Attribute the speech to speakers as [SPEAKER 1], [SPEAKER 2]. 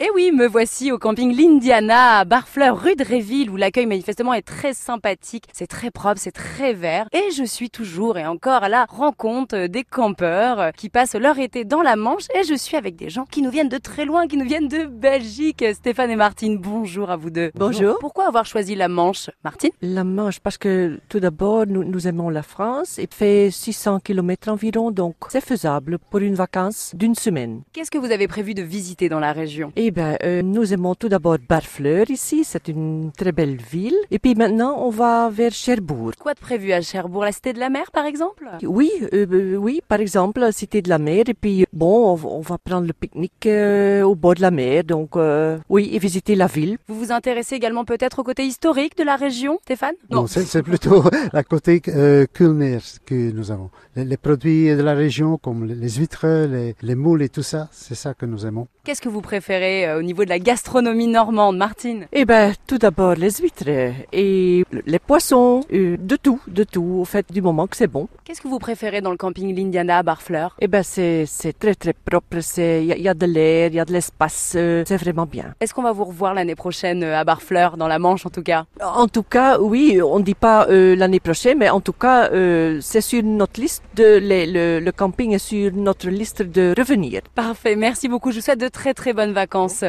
[SPEAKER 1] Eh oui, me voici au camping L'Indiana, à Barfleur, rue de Réville, où l'accueil manifestement est très sympathique. C'est très propre, c'est très vert. Et je suis toujours et encore à la rencontre des campeurs qui passent leur été dans la Manche. Et je suis avec des gens qui nous viennent de très loin, qui nous viennent de Belgique. Stéphane et Martine, bonjour à vous deux.
[SPEAKER 2] Bonjour.
[SPEAKER 1] Pourquoi avoir choisi la Manche, Martine
[SPEAKER 2] La Manche, parce que tout d'abord, nous, nous aimons la France. Il fait 600 km environ, donc c'est faisable pour une vacance d'une semaine.
[SPEAKER 1] Qu'est-ce que vous avez prévu de visiter dans la région
[SPEAKER 2] Eh bien, euh, nous aimons tout d'abord Barfleur ici, c'est une très belle ville. Et puis maintenant, on va vers Cherbourg.
[SPEAKER 1] Quoi de prévu à Cherbourg La Cité de la Mer, par exemple
[SPEAKER 2] Oui, euh, euh, oui, par exemple, la Cité de la Mer. Et puis, bon, on, va- on va prendre le pique-nique euh, au bord de la mer. Donc, euh, oui, et visiter la ville.
[SPEAKER 1] Vous vous intéressez également peut-être au côté historique de la région, Stéphane
[SPEAKER 3] Non, c'est c'est plutôt la côté euh, culinaire que nous avons. Les, les produits de la région, comme les, les huîtres, les, les moules et tout ça, c'est ça que nous aimons.
[SPEAKER 1] Qu'est-ce que vous préférez euh, au niveau de la gastronomie normande, Martine
[SPEAKER 2] Eh ben, tout d'abord les huîtres euh, et le- les poissons, euh, de tout, de tout, au fait, du moment que c'est bon.
[SPEAKER 1] Qu'est-ce que vous préférez dans le camping l'Indiana à Barfleur
[SPEAKER 2] Eh ben, c'est c'est très très propre, c'est il y, a- il y a de l'air, il y a de l'espace, euh, c'est vraiment bien.
[SPEAKER 1] Est-ce qu'on va vous revoir l'année prochaine euh, à Barfleur, dans la Manche en tout cas
[SPEAKER 2] En tout cas, oui, on dit pas euh, l'année prochaine, mais en tout cas, euh, c'est sur notre liste de les- le, le camping est sur notre liste de revenir.
[SPEAKER 1] Parfait, merci beaucoup, je vous souhaite de très très bonnes vacances.